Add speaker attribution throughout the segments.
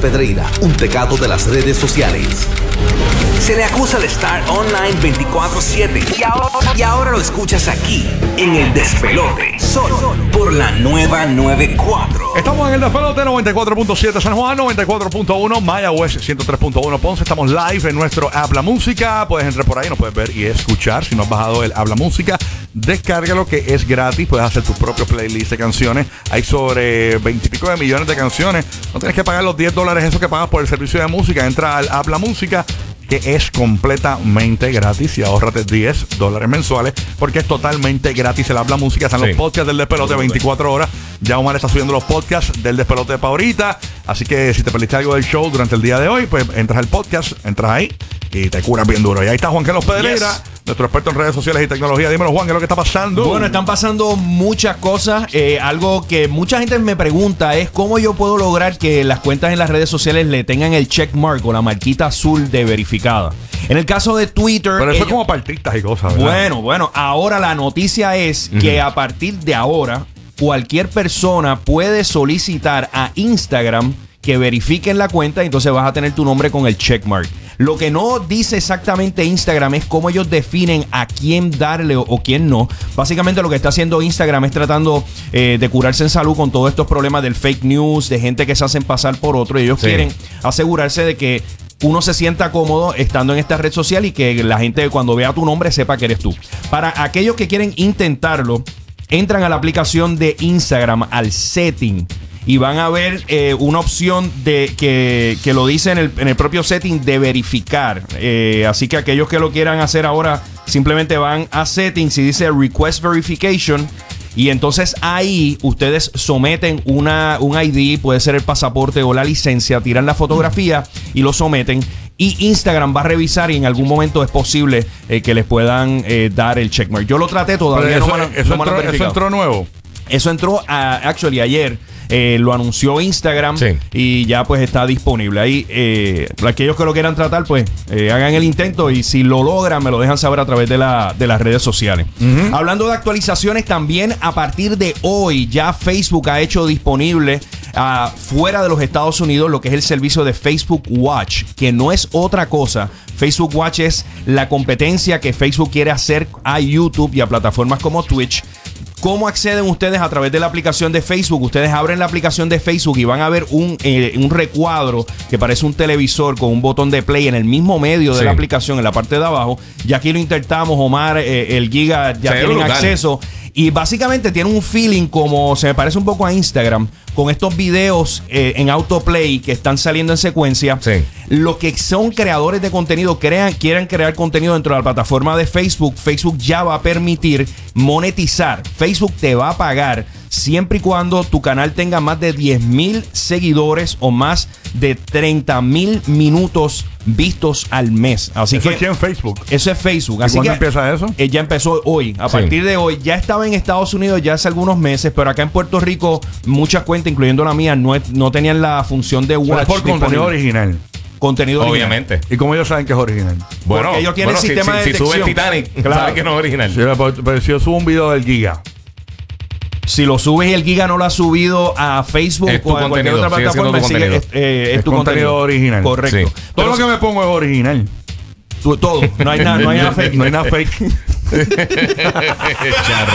Speaker 1: Pedreira, un pecado de las redes sociales.
Speaker 2: Se le acusa de estar online 24-7 y ahora, y ahora lo escuchas aquí, en el despelote, solo por la nueva 94.
Speaker 3: Estamos en el despelote 94.7 San Juan, 94.1 Mayagüez, 103.1 Ponce. Estamos live en nuestro Habla Música. Puedes entrar por ahí, nos puedes ver y escuchar. Si no has bajado el Habla Música, descárgalo que es gratis. Puedes hacer tu propio playlist de canciones. Hay sobre 20 y pico de millones de canciones. No tienes que pagar los 10 dólares eso que pagas por el servicio de música. Entra al Habla Música que es completamente gratis y ahorrate 10 dólares mensuales porque es totalmente gratis. El habla música, están
Speaker 4: Sí.
Speaker 3: los podcasts del despelote 24 horas. Ya Omar está subiendo los podcasts del despelote para ahorita. Así que si te perdiste algo del show durante el día de hoy, pues entras al podcast, entras ahí y te curas bien duro. Y ahí está Juan Carlos Pedreira,
Speaker 4: Yes.
Speaker 3: nuestro experto en redes sociales y tecnología. Dímelo, Juan, ¿qué es lo que está pasando?
Speaker 4: Bueno, están pasando muchas cosas. Eh, algo que mucha gente me pregunta es cómo yo puedo lograr que las cuentas en las redes sociales le tengan el checkmark o la marquita azul de verificada. En el caso de Twitter... eh,
Speaker 3: Pero eso
Speaker 4: ellos-
Speaker 3: es como partistas y cosas, ¿verdad?
Speaker 4: Bueno, bueno, ahora la noticia es que a partir de ahora cualquier persona puede solicitar a Instagram que verifiquen la cuenta y entonces vas a tener tu nombre con el checkmark. Lo que no dice exactamente Instagram es cómo ellos definen a quién darle o, o quién no. Básicamente lo que está haciendo Instagram es tratando eh, de curarse en salud con todos estos problemas del fake news, de gente que se hacen pasar por otro y ellos
Speaker 5: Sí.
Speaker 4: quieren asegurarse de que uno se sienta cómodo estando en esta red social y que la gente cuando vea tu nombre sepa que eres tú. Para aquellos que quieren intentarlo, entran a la aplicación de Instagram, al setting. Y van a ver eh, una opción de que, que lo dice en el, en el propio setting de verificar. Eh, así que aquellos que lo quieran hacer ahora, simplemente van a settings y dice request verification. Y entonces ahí ustedes someten una, un ID, puede ser el pasaporte o la licencia, tiran la fotografía y lo someten. Y Instagram va a revisar y en algún momento es posible eh, que les puedan eh, dar el checkmark. Yo lo traté
Speaker 3: Pero
Speaker 4: todavía.
Speaker 3: eso,
Speaker 4: no me
Speaker 3: eso
Speaker 4: lo- no me lo
Speaker 3: entró,
Speaker 4: han
Speaker 3: eso
Speaker 4: verificado.
Speaker 3: entró nuevo.
Speaker 4: Eso entró a, actually ayer. eh, lo anunció Instagram
Speaker 5: Sí.
Speaker 4: y ya pues está disponible. Ahí, eh, para aquellos que lo quieran tratar, pues eh, hagan el intento y si lo logran, me lo dejan saber a través de, la- de las redes sociales. Hablando de actualizaciones, también a partir de hoy ya Facebook ha hecho disponible ah, fuera de los Estados Unidos lo que es el servicio de Facebook Watch, que no es otra cosa. Facebook Watch es la competencia que Facebook quiere hacer a YouTube y a plataformas como Twitch. ¿Cómo acceden ustedes a través de la aplicación de Facebook? Ustedes abren la aplicación de Facebook y van a ver un, eh, un recuadro que parece un televisor con un botón de play en el mismo medio de
Speaker 5: Sí.
Speaker 4: la aplicación, en la parte de abajo. Ya aquí lo intentamos, Omar, eh, el Giga, ya
Speaker 5: Se ve
Speaker 4: tienen
Speaker 5: brutal.
Speaker 4: acceso. Y básicamente tiene un feeling como, se me parece un poco a Instagram, con estos videos eh, en autoplay que están saliendo en secuencia.
Speaker 5: Sí.
Speaker 4: Los que son creadores de contenido crean, quieran crear contenido dentro de la plataforma de Facebook, Facebook ya va a permitir monetizar. Facebook te va a pagar siempre y cuando tu canal tenga más de 10 mil seguidores o más de 30 mil minutos vistos al mes. Así
Speaker 3: Eso
Speaker 4: que
Speaker 3: aquí en Facebook.
Speaker 4: eso es Facebook. Así
Speaker 3: cuándo
Speaker 4: que-
Speaker 3: empieza eso?
Speaker 4: eh, ya empezó hoy. A
Speaker 5: Sí.
Speaker 4: partir de hoy, ya estaba en Estados Unidos ya hace algunos meses, pero acá en Puerto Rico, muchas cuentas, incluyendo la mía, no, es- no tenían la función de
Speaker 3: Pero
Speaker 4: watch.
Speaker 3: es por
Speaker 4: disponible.
Speaker 3: contenido original.
Speaker 4: Contenido original.
Speaker 5: Obviamente.
Speaker 3: ¿Y cómo ellos saben que es original?
Speaker 5: Bueno,
Speaker 4: ellos tienen
Speaker 5: bueno, si-
Speaker 4: sistema
Speaker 5: si,
Speaker 4: de
Speaker 5: si, sube el
Speaker 4: detección.
Speaker 5: Titanic,
Speaker 4: Claro.
Speaker 5: sabe que no es original.
Speaker 3: Sí, pero, pero si yo subo un video del Giga.
Speaker 4: Si lo subes y el giga no lo ha subido a Facebook
Speaker 5: Es
Speaker 4: o
Speaker 5: tu
Speaker 4: a cualquier
Speaker 5: contenido,
Speaker 4: otra
Speaker 5: sigue siendo
Speaker 4: plataforma,
Speaker 5: tu
Speaker 4: sigue-
Speaker 5: contenido.
Speaker 4: es, eh, es
Speaker 3: Es
Speaker 4: tu
Speaker 3: contenido
Speaker 4: contenido.
Speaker 3: original.
Speaker 4: Correcto.
Speaker 5: Sí.
Speaker 3: Todo lo que me pongo es original.
Speaker 4: Tú- todo. No hay
Speaker 5: Ah,
Speaker 4: nada, no hay nada fake.
Speaker 3: No hay nada fake.
Speaker 5: charro.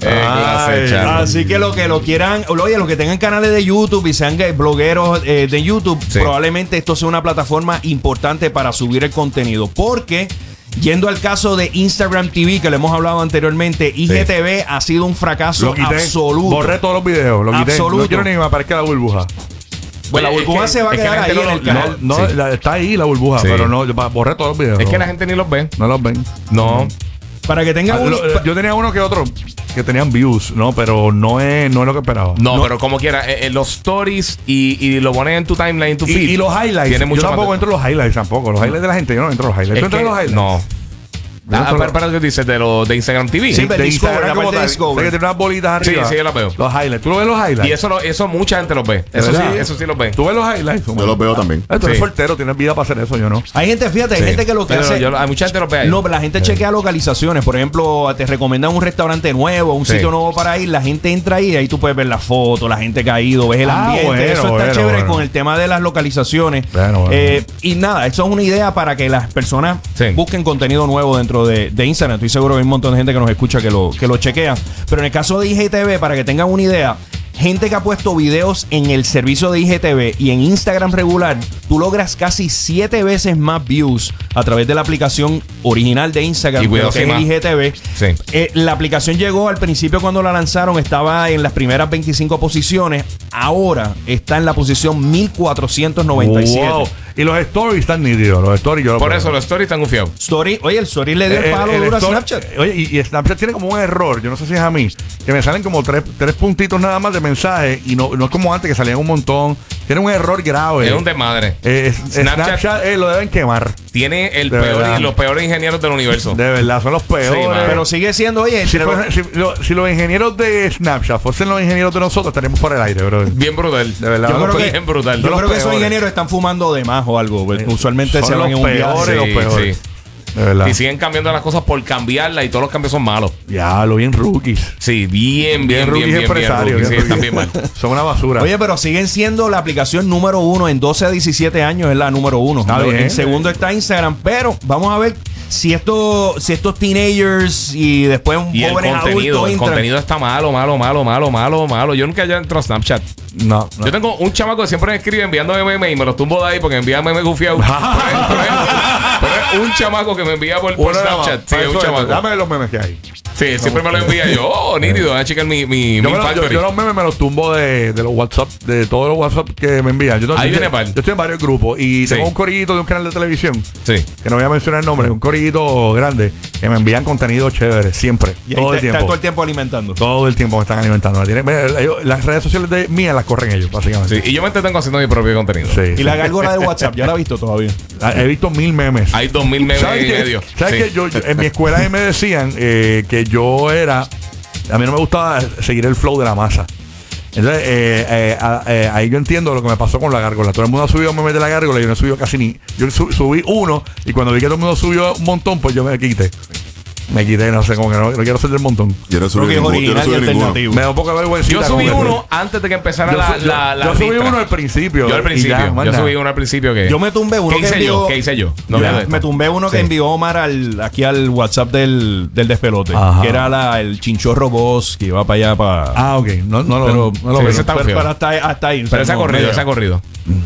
Speaker 5: Eh, clase de
Speaker 3: Ay,
Speaker 5: charro.
Speaker 4: Así que lo que lo quieran, oye, los que tengan canales de YouTube y sean eh, blogueros eh, de YouTube,
Speaker 5: Sí.
Speaker 4: probablemente esto sea una plataforma importante para subir el contenido. Porque, yendo al caso de Instagram TV, que lo hemos hablado anteriormente, IGTV ha sido un fracaso
Speaker 3: Lo quité.
Speaker 4: absoluto.
Speaker 3: Borré todos los videos. Lo quité.
Speaker 4: Absoluto.
Speaker 3: No quiero ni que me aparezca la burbuja.
Speaker 4: Bueno, la
Speaker 5: Oye, es
Speaker 4: burbuja
Speaker 5: que-
Speaker 4: se va a
Speaker 5: es que la
Speaker 4: quedar ahí
Speaker 5: gente
Speaker 4: en
Speaker 5: no
Speaker 4: el
Speaker 5: lo-
Speaker 4: canal.
Speaker 3: No,
Speaker 5: Sí.
Speaker 3: la- está ahí la burbuja,
Speaker 5: Sí.
Speaker 3: pero no, yo pa- borré todos los videos.
Speaker 5: Es que
Speaker 3: No,
Speaker 5: la gente ni los ve.
Speaker 3: no los Mm. ven.
Speaker 5: No.
Speaker 4: Para que tengan
Speaker 3: Ah,
Speaker 4: un-
Speaker 3: lo- eh, yo tenía uno que otro que tenían views, ¿no? Pero no es, no es lo que esperaba.
Speaker 5: No, pero como quiera, eh, eh, los stories y, y lo pones en tu timeline, en tu
Speaker 3: Y,
Speaker 5: feed.
Speaker 3: y los highlights.
Speaker 5: Tiene mucho
Speaker 3: yo tampoco
Speaker 5: más-
Speaker 3: entro en los highlights tampoco. Los highlights de la gente, yo no entro en los highlights.
Speaker 5: Es
Speaker 3: ¿Tú entras
Speaker 5: que-
Speaker 3: en los highlights?
Speaker 5: No. Ah,
Speaker 3: Nosotros-
Speaker 5: para, para que dices de, lo, de Instagram TV.
Speaker 4: Sí, pero
Speaker 3: de
Speaker 4: Discovery,
Speaker 3: Instagram
Speaker 4: aparte
Speaker 3: como
Speaker 4: de
Speaker 3: tal. Sé
Speaker 4: Discovery.
Speaker 3: que tiene unas bolitas
Speaker 5: Sí,
Speaker 3: arriba.
Speaker 5: sí, yo las veo.
Speaker 3: Los highlights. ¿Tú lo ves los highlights?
Speaker 5: Y eso, lo- eso mucha gente lo ve. Eso sí,
Speaker 3: verdad?
Speaker 5: eso sí lo ve.
Speaker 3: ¿Tú ves los highlights? Homero?
Speaker 6: Yo los veo también.
Speaker 3: Eh, tú eres
Speaker 5: Sí.
Speaker 3: soltero, tienes vida para hacer eso, yo no.
Speaker 4: Hay gente, fíjate, hay
Speaker 5: Sí.
Speaker 4: gente que lo que
Speaker 5: Pero
Speaker 4: hace.
Speaker 5: yo- hay mucha gente lo ve ahí.
Speaker 4: No, pero la gente
Speaker 3: Eh.
Speaker 4: chequea localizaciones. Por ejemplo, te recomiendan un restaurante nuevo, un
Speaker 5: Sí.
Speaker 4: sitio nuevo para ir. La gente entra ahí, ahí tú puedes ver las fotos, la gente que ha ido, ves el
Speaker 3: Ah,
Speaker 4: ambiente.
Speaker 3: bueno,
Speaker 4: eso está
Speaker 3: bueno,
Speaker 4: chévere
Speaker 3: bueno.
Speaker 4: con el tema de las localizaciones.
Speaker 3: Bueno, bueno.
Speaker 4: Eh, y nada, eso es una idea para que las personas
Speaker 5: Sí.
Speaker 4: busquen contenido nuevo dentro de, de Instagram. Estoy seguro que hay un montón de gente que nos escucha que lo, que lo chequea. Pero en el caso de IGTV, para que tengan una idea. Gente que ha puesto videos en el servicio de IGTV y en Instagram regular, tú logras casi siete veces más views a través de la aplicación original de Instagram, que
Speaker 5: Y
Speaker 4: lo
Speaker 5: cuidado,
Speaker 4: que es
Speaker 5: sí,
Speaker 4: el
Speaker 5: más.
Speaker 4: IGTV.
Speaker 5: Sí.
Speaker 4: Eh, la aplicación llegó al principio cuando la lanzaron, estaba en las primeras 25 posiciones. Ahora está en la posición 1497.
Speaker 3: Wow. Y los stories están nítidos. Los stories yo lo
Speaker 5: Por
Speaker 3: veo.
Speaker 5: eso los stories están gufiados.
Speaker 4: Story, oye, el Story le dio el,
Speaker 3: El-
Speaker 4: palo
Speaker 3: Eh, el
Speaker 4: duro a
Speaker 3: story-
Speaker 4: Snapchat.
Speaker 3: Oye, y, y Snapchat tiene como un error, yo no sé si es a mí, que me salen como tres, tres puntitos nada más de mensaje y no, no es como antes que salían un montón. Tiene un error grave.
Speaker 5: Es un desmadre.
Speaker 3: Eh, es- Snapchat,
Speaker 5: Snapchat-
Speaker 3: eh, lo deben quemar.
Speaker 5: Tiene el
Speaker 3: De verdad.
Speaker 5: peor, los peores ingenieros del universo.
Speaker 3: De verdad, son los peores.
Speaker 5: mano.
Speaker 4: Pero sigue siendo, oye,
Speaker 3: si,
Speaker 4: entre los-
Speaker 3: fuesen- si lo- si los ingenieros de Snapchat fuesen los ingenieros de nosotros, estaríamos por el aire, bro.
Speaker 5: Bien brutal.
Speaker 3: De verdad.
Speaker 4: yo
Speaker 3: son
Speaker 4: creo
Speaker 3: los
Speaker 4: que,
Speaker 5: bien brutal.
Speaker 4: yo
Speaker 3: Son los
Speaker 4: creo que esos
Speaker 3: peores. Eh,
Speaker 4: ingenieros están fumando de más o algo. porque Usualmente
Speaker 3: Son
Speaker 4: se van en
Speaker 3: los
Speaker 4: un viaje.
Speaker 3: peores, los
Speaker 5: Sí,
Speaker 3: peores. De verdad.
Speaker 5: Y siguen cambiando las cosas por cambiarlas y todos los cambios son malos.
Speaker 3: Ya, lo bien rookies.
Speaker 5: Sí, bien, bien, bien,
Speaker 3: rookies
Speaker 5: bien, bien,
Speaker 3: empresarios.
Speaker 5: rookies. Sí,
Speaker 3: bien
Speaker 5: están bien
Speaker 3: rookies.
Speaker 5: mal.
Speaker 3: Son una basura.
Speaker 4: Oye, pero siguen siendo la aplicación número uno en 12 a 17 años, es la número uno.
Speaker 3: Está
Speaker 4: Lo-
Speaker 3: bien.
Speaker 4: En segundo está Instagram, pero vamos a ver si, esto, si estos teenagers y después un
Speaker 5: Y el
Speaker 4: pobre
Speaker 5: contenido,
Speaker 4: adulto
Speaker 5: el contenido está malo, malo, malo, malo, malo, malo. Yo nunca ya entro a Snapchat.
Speaker 3: no, no.
Speaker 5: Yo tengo un chamaco que siempre me escribe enviando memes y me los tumbo de ahí porque envía memes gufiados. pero, es- pero es- pero es un chamaco que me envía por, por
Speaker 3: Uno nada más.
Speaker 5: Snapchat. Sí,
Speaker 3: Para
Speaker 5: es un
Speaker 3: eso,
Speaker 5: chamaco.
Speaker 3: Dame los memes que hay.
Speaker 5: Sí, siempre me lo envía yo. Oh, nítido, voy a checar mi, mi,
Speaker 3: Yo, me
Speaker 5: mi
Speaker 3: lo- yo-
Speaker 5: factory.
Speaker 3: yo los memes me los tumbo de, de los WhatsApp, de todos los WhatsApp que me envían. Yo, no-
Speaker 5: Ahí
Speaker 3: yo-
Speaker 5: viene Pal.
Speaker 3: yo estoy en varios grupos y
Speaker 5: Sí.
Speaker 3: tengo un corillito de un canal de televisión,
Speaker 5: Sí.
Speaker 3: que no voy a mencionar el nombre, un corillito grande, que me envían contenido chévere, siempre,
Speaker 4: Y ahí
Speaker 3: todo
Speaker 4: está,
Speaker 3: el
Speaker 4: está
Speaker 3: tiempo.
Speaker 4: todo el tiempo alimentando.
Speaker 3: Todo el tiempo me están alimentando. La tienen- mira, ellos- las redes sociales de mías las corren ellos,
Speaker 5: Sí,
Speaker 3: básicamente.
Speaker 5: y yo me entretengo haciendo mi propio contenido.
Speaker 3: Sí,
Speaker 4: Y
Speaker 3: sí.
Speaker 4: la gárgola de WhatsApp, ya la he visto todavía.
Speaker 3: Ah, He visto mil memes.
Speaker 5: Hay dos mil memes
Speaker 3: ¿Sabes
Speaker 5: y
Speaker 3: qué?
Speaker 5: medio.
Speaker 3: ¿Sabes
Speaker 5: Sí.
Speaker 3: qué? Yo, yo- en mi escuela ahí me decían eh, que yo era. A mí no me gustaba seguir el flow de la masa. Entonces, eh, eh, a- eh, ahí yo entiendo lo que me pasó con la gárgola. Todo el mundo subió memes de la gárgola y yo no subió casi ni. Yo su- subí uno y cuando vi que todo el mundo subió un montón, pues yo me quité. Me quité, no sé, como que no, no quiero ser del montón.
Speaker 6: Yo no
Speaker 4: Creo
Speaker 6: subí
Speaker 4: que es
Speaker 6: ninguno. Yo no
Speaker 4: original y
Speaker 6: subí ninguno.
Speaker 4: alternativo.
Speaker 3: Me da un poco de vergüenza.
Speaker 5: Yo subí uno antes de que empezara
Speaker 3: Yo,
Speaker 5: la,
Speaker 3: su-
Speaker 5: la,
Speaker 3: yo-
Speaker 5: la
Speaker 3: yo subí
Speaker 5: ristra.
Speaker 3: uno al principio.
Speaker 5: Yo al
Speaker 3: y ya,
Speaker 5: principio.
Speaker 3: más
Speaker 5: yo
Speaker 3: nada.
Speaker 5: subí uno al principio que.
Speaker 4: Yo me tumbé uno
Speaker 5: ¿Qué
Speaker 4: que
Speaker 5: hice
Speaker 4: envió-
Speaker 5: yo? ¿Qué hice yo? No,
Speaker 4: Yo
Speaker 5: ya,
Speaker 4: me tumbé uno que
Speaker 5: Sí.
Speaker 4: envió Omar al, aquí al WhatsApp del, del despelote,
Speaker 3: Ajá.
Speaker 4: que era la, el chinchorro boss que iba para allá para.
Speaker 3: Ah, ok. No, no lo,
Speaker 4: pero,
Speaker 3: no lo
Speaker 5: sí,
Speaker 3: veo.
Speaker 5: ese está
Speaker 4: pero-
Speaker 5: feo.
Speaker 4: pero hasta, hasta ahí. o sea,
Speaker 5: Pero ese ha
Speaker 4: no,
Speaker 5: corrido,
Speaker 4: medio.
Speaker 5: ese ha corrido.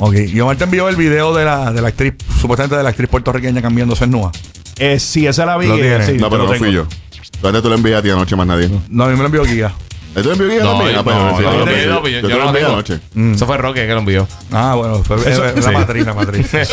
Speaker 3: Ok, y Omar te envió el video de la, de la actriz, supuestamente de la actriz puertorriqueña cambiándose en nua.
Speaker 4: Eh, sí, esa la vi.
Speaker 3: Lo
Speaker 4: eh,
Speaker 3: tiene.
Speaker 4: sí,
Speaker 6: No,
Speaker 4: yo
Speaker 6: pero
Speaker 4: lo
Speaker 6: no fui
Speaker 4: tengo.
Speaker 6: yo. ¿Dónde tú lo envías a ti anoche más nadie?
Speaker 3: No, a mí me lo envió Giga.
Speaker 6: ¿Tú lo envías
Speaker 5: No,
Speaker 6: también?
Speaker 5: yo-
Speaker 6: Ah, pues,
Speaker 5: no,
Speaker 6: sí,
Speaker 5: no,
Speaker 6: yo
Speaker 5: no,
Speaker 6: lo envié-
Speaker 5: no, yo- yo
Speaker 6: yo te
Speaker 5: no
Speaker 6: lo
Speaker 5: lo
Speaker 6: envié
Speaker 5: tengo. Mm.
Speaker 6: anoche.
Speaker 5: Eso fue Roque que lo envió.
Speaker 3: Ah, bueno, fue,
Speaker 4: Eso-
Speaker 3: eh, la
Speaker 4: sí.
Speaker 3: matriz, la matriz.
Speaker 4: Eso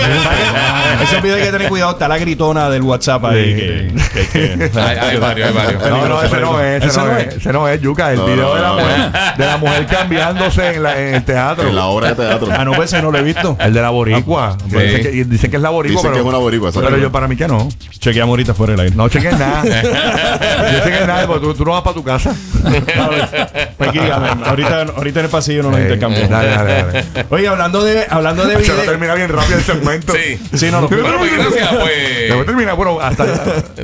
Speaker 4: pide que tener cuidado. Está la gritona del WhatsApp ahí.
Speaker 3: Sí.
Speaker 4: que- que- que-
Speaker 5: Hay, hay varios, hay varios.
Speaker 3: No, no, ese no es, ese
Speaker 4: Ese
Speaker 3: no
Speaker 4: no
Speaker 3: es, ese no es, Yuca, el
Speaker 6: No,
Speaker 3: video
Speaker 6: no,
Speaker 3: de, la
Speaker 6: no,
Speaker 3: mujer, de la mujer cambiándose en, la- en el teatro.
Speaker 6: En la obra de teatro.
Speaker 4: Ah, no, pues ese no lo he visto.
Speaker 3: El de la boricua. Pero Dicen, que, y dicen que es la boricua,
Speaker 6: Dicen
Speaker 3: pero,
Speaker 6: que es una boricua, esa
Speaker 3: pero
Speaker 6: misma.
Speaker 3: yo para mí que no.
Speaker 4: Chequeamos ahorita fuera del aire.
Speaker 3: No chequen nada. yo chequen nada, porque tú, tú no vas para tu casa.
Speaker 4: Pues, dígame, ahorita, ahorita en el pasillo no nos
Speaker 3: Eh,
Speaker 4: intercambiamos.
Speaker 3: Dale, dale, dale.
Speaker 4: Oye, hablando de, hablando de
Speaker 3: Se lo
Speaker 4: video.
Speaker 3: termina bien rápido el segmento.
Speaker 5: Sí.
Speaker 4: Sí, no, lo-
Speaker 5: Bueno, pues gracias, pues.
Speaker 3: Luego termina, bueno, hasta. Dice,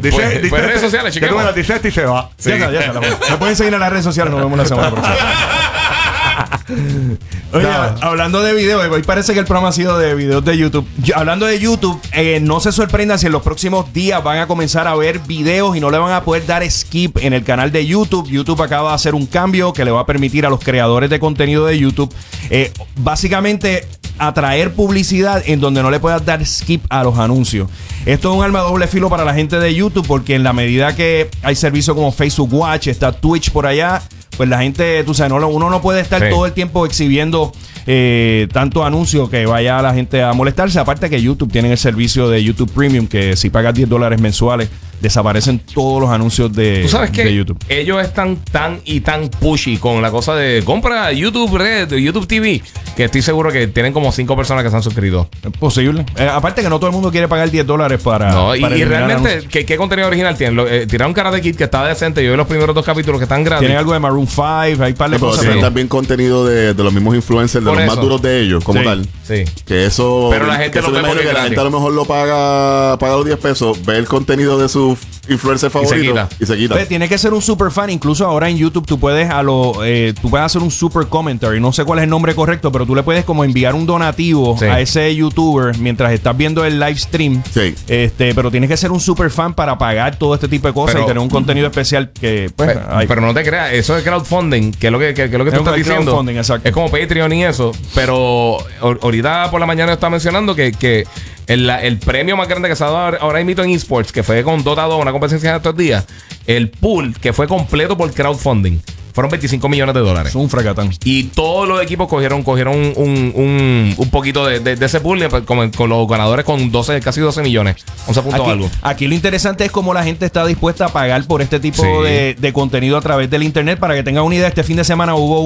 Speaker 5: pues,
Speaker 3: dice-
Speaker 5: redes sociales,
Speaker 3: ya
Speaker 5: chequemos.
Speaker 3: tú me la dices este y se va.
Speaker 4: Ya está, ya está. la- Me pueden seguir en las redes sociales. Nos vemos la semana próxima. Oye,
Speaker 3: Nada.
Speaker 4: hablando de videos, hoy parece que el programa ha sido de videos de YouTube. Yo- hablando de YouTube, eh, no se sorprendan si en los próximos días van a comenzar a ver videos y no le van a poder dar skip en el canal de YouTube. YouTube acaba de hacer un cambio que le va a permitir a los creadores de contenido de YouTube eh, básicamente atraer publicidad en donde no le puedas dar skip a los anuncios. Esto es un arma de doble filo para la gente de YouTube porque en la medida que hay servicios como Facebook Watch, está Twitch por allá, pues la gente, tú sabes, no lo- uno no puede estar
Speaker 5: Sí.
Speaker 4: todo el el tiempo exhibiendo eh, tanto anuncio que vaya la gente a molestarse. Aparte que YouTube tienen el servicio de YouTube Premium, que si pagas 10 dólares mensuales, desaparecen todos los anuncios de,
Speaker 5: Tú sabes que
Speaker 4: de YouTube.
Speaker 5: ellos están tan y tan pushy con la cosa de compra YouTube Red, YouTube TV, que que estoy seguro que tienen como cinco personas que se han suscrito.
Speaker 4: Es posible. Eh, aparte que no todo el mundo quiere pagar 10 dólares para.
Speaker 5: No, y,
Speaker 4: Ah, para
Speaker 5: y
Speaker 4: eliminar
Speaker 5: realmente,
Speaker 4: anuncios.
Speaker 5: ¿qué, qué contenido original tienen? Lo- eh, tiraron Karate Kid que está decente. Yo vi los primeros dos capítulos que están gratis.
Speaker 4: Tienen algo de Maroon 5, hay par de
Speaker 6: pero
Speaker 4: cosas.
Speaker 6: tienen
Speaker 4: pero-
Speaker 6: también contenido de, de los mismos influencers, de
Speaker 5: Por
Speaker 6: los más
Speaker 5: eso.
Speaker 6: duros de ellos, como
Speaker 4: Sí.
Speaker 6: tal.
Speaker 5: Sí.
Speaker 6: Que eso.
Speaker 5: Pero la gente
Speaker 6: que eso
Speaker 5: lo
Speaker 6: me
Speaker 5: ve
Speaker 6: imagino
Speaker 5: porque
Speaker 6: que la
Speaker 5: gratis.
Speaker 6: gente a lo mejor lo paga, paga los 10 pesos, ve el contenido de su influencer favorito
Speaker 5: quita.
Speaker 6: y se quita.
Speaker 4: Ve, tiene que ser un super fan. Incluso ahora en YouTube tú puedes a lo, eh, tú puedes hacer un super commentary. No sé cuál es el nombre correcto, pero tú le puedes como enviar un donativo
Speaker 5: Sí.
Speaker 4: a ese youtuber mientras estás viendo el live stream.
Speaker 6: Sí.
Speaker 4: Este, pero tienes que ser un super fan para pagar todo este tipo de cosas
Speaker 5: Pero-
Speaker 4: y tener un contenido especial que pues,
Speaker 5: Pe-
Speaker 4: hay.
Speaker 5: Eh, pero no te creas, eso es crowdfunding, que es lo que, que- que es lo que
Speaker 4: Es
Speaker 5: tú
Speaker 4: un
Speaker 5: estás diciendo.
Speaker 4: crowdfunding, exacto.
Speaker 5: Es como Patreon y eso. Pero ahor- ahorita por la mañana estaba mencionando que, que el, la- el premio más grande que se ha dado ahora- ahora mismo en esports, que fue con Dota 2, una competencia de estos días, el pool que fue completo por crowdfunding, fueron 25 millones de dólares.
Speaker 4: es un fracatán.
Speaker 5: Y todos los equipos cogieron, cogieron un, un- un- un poquito de, de- de ese pool pues, con, con los ganadores con 12, casi 12 millones, 11 puntos
Speaker 4: Aquí,
Speaker 5: algo.
Speaker 4: aquí lo interesante es cómo la gente está dispuesta a pagar por este tipo
Speaker 5: Sí.
Speaker 4: de, de contenido a través del internet. Para que tengan una idea, este fin de semana hubo